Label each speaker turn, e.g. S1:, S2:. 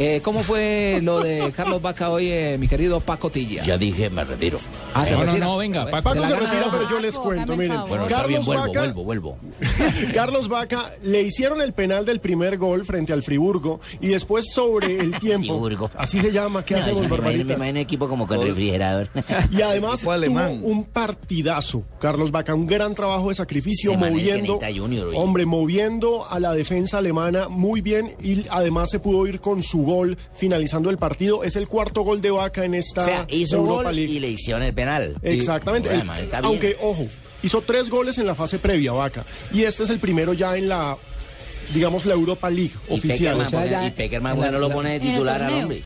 S1: Eh, ¿Cómo fue lo de Carlos Vaca hoy, eh, mi querido Paco Tilla?
S2: Ya dije, me retiro.
S1: Ah, ¿se
S3: No, no,
S1: retira?
S3: no, venga,
S1: Eh,
S3: Paco
S1: ¿te
S3: se
S1: la gana? no,
S3: Paco se Pero retira,
S4: Paco, hágame el favor.
S2: Bueno, está
S4: Carlos
S2: bien, vuelvo,
S4: Vaca-
S2: vuelvo, vuelvo.
S4: Carlos Vaca le hicieron el penal del primer gol frente al Friburgo y después sobre el tiempo.
S2: Friburgo.
S4: Así se llama, ¿qué
S2: No,
S4: hace
S2: sí,
S4: gol
S2: me imagino- me
S4: Barbarita?
S2: imagino equipo como con refrigerador.
S4: Y además
S5: Equipo
S4: tuvo
S5: alemán.
S4: un partidazo, Carlos Vaca, un gran trabajo de sacrificio,
S2: Ese man es
S4: moviendo,
S2: Kenita Junior, oye.
S4: hombre, moviendo a la defensa alemana muy bien y además se pudo ir con su gol finalizando el partido. Es el cuarto gol de Vaca en esta
S2: o sea, hizo
S4: Europa
S2: gol
S4: League.
S2: y le hicieron el penal.
S4: Exactamente.
S2: Y-
S4: El-
S2: Bueno, está bien.
S4: aunque, ojo, hizo tres goles en la fase previa, Vaca. Y este es el primero ya en la, digamos, la Europa League
S2: Y
S4: oficial.
S2: Peckerman,
S1: O sea,
S2: porque-
S1: ya-
S2: y Peckerman, ¿por qué no lo pone de
S4: En
S2: titular
S4: el
S2: al
S4: torneo.
S2: hombre?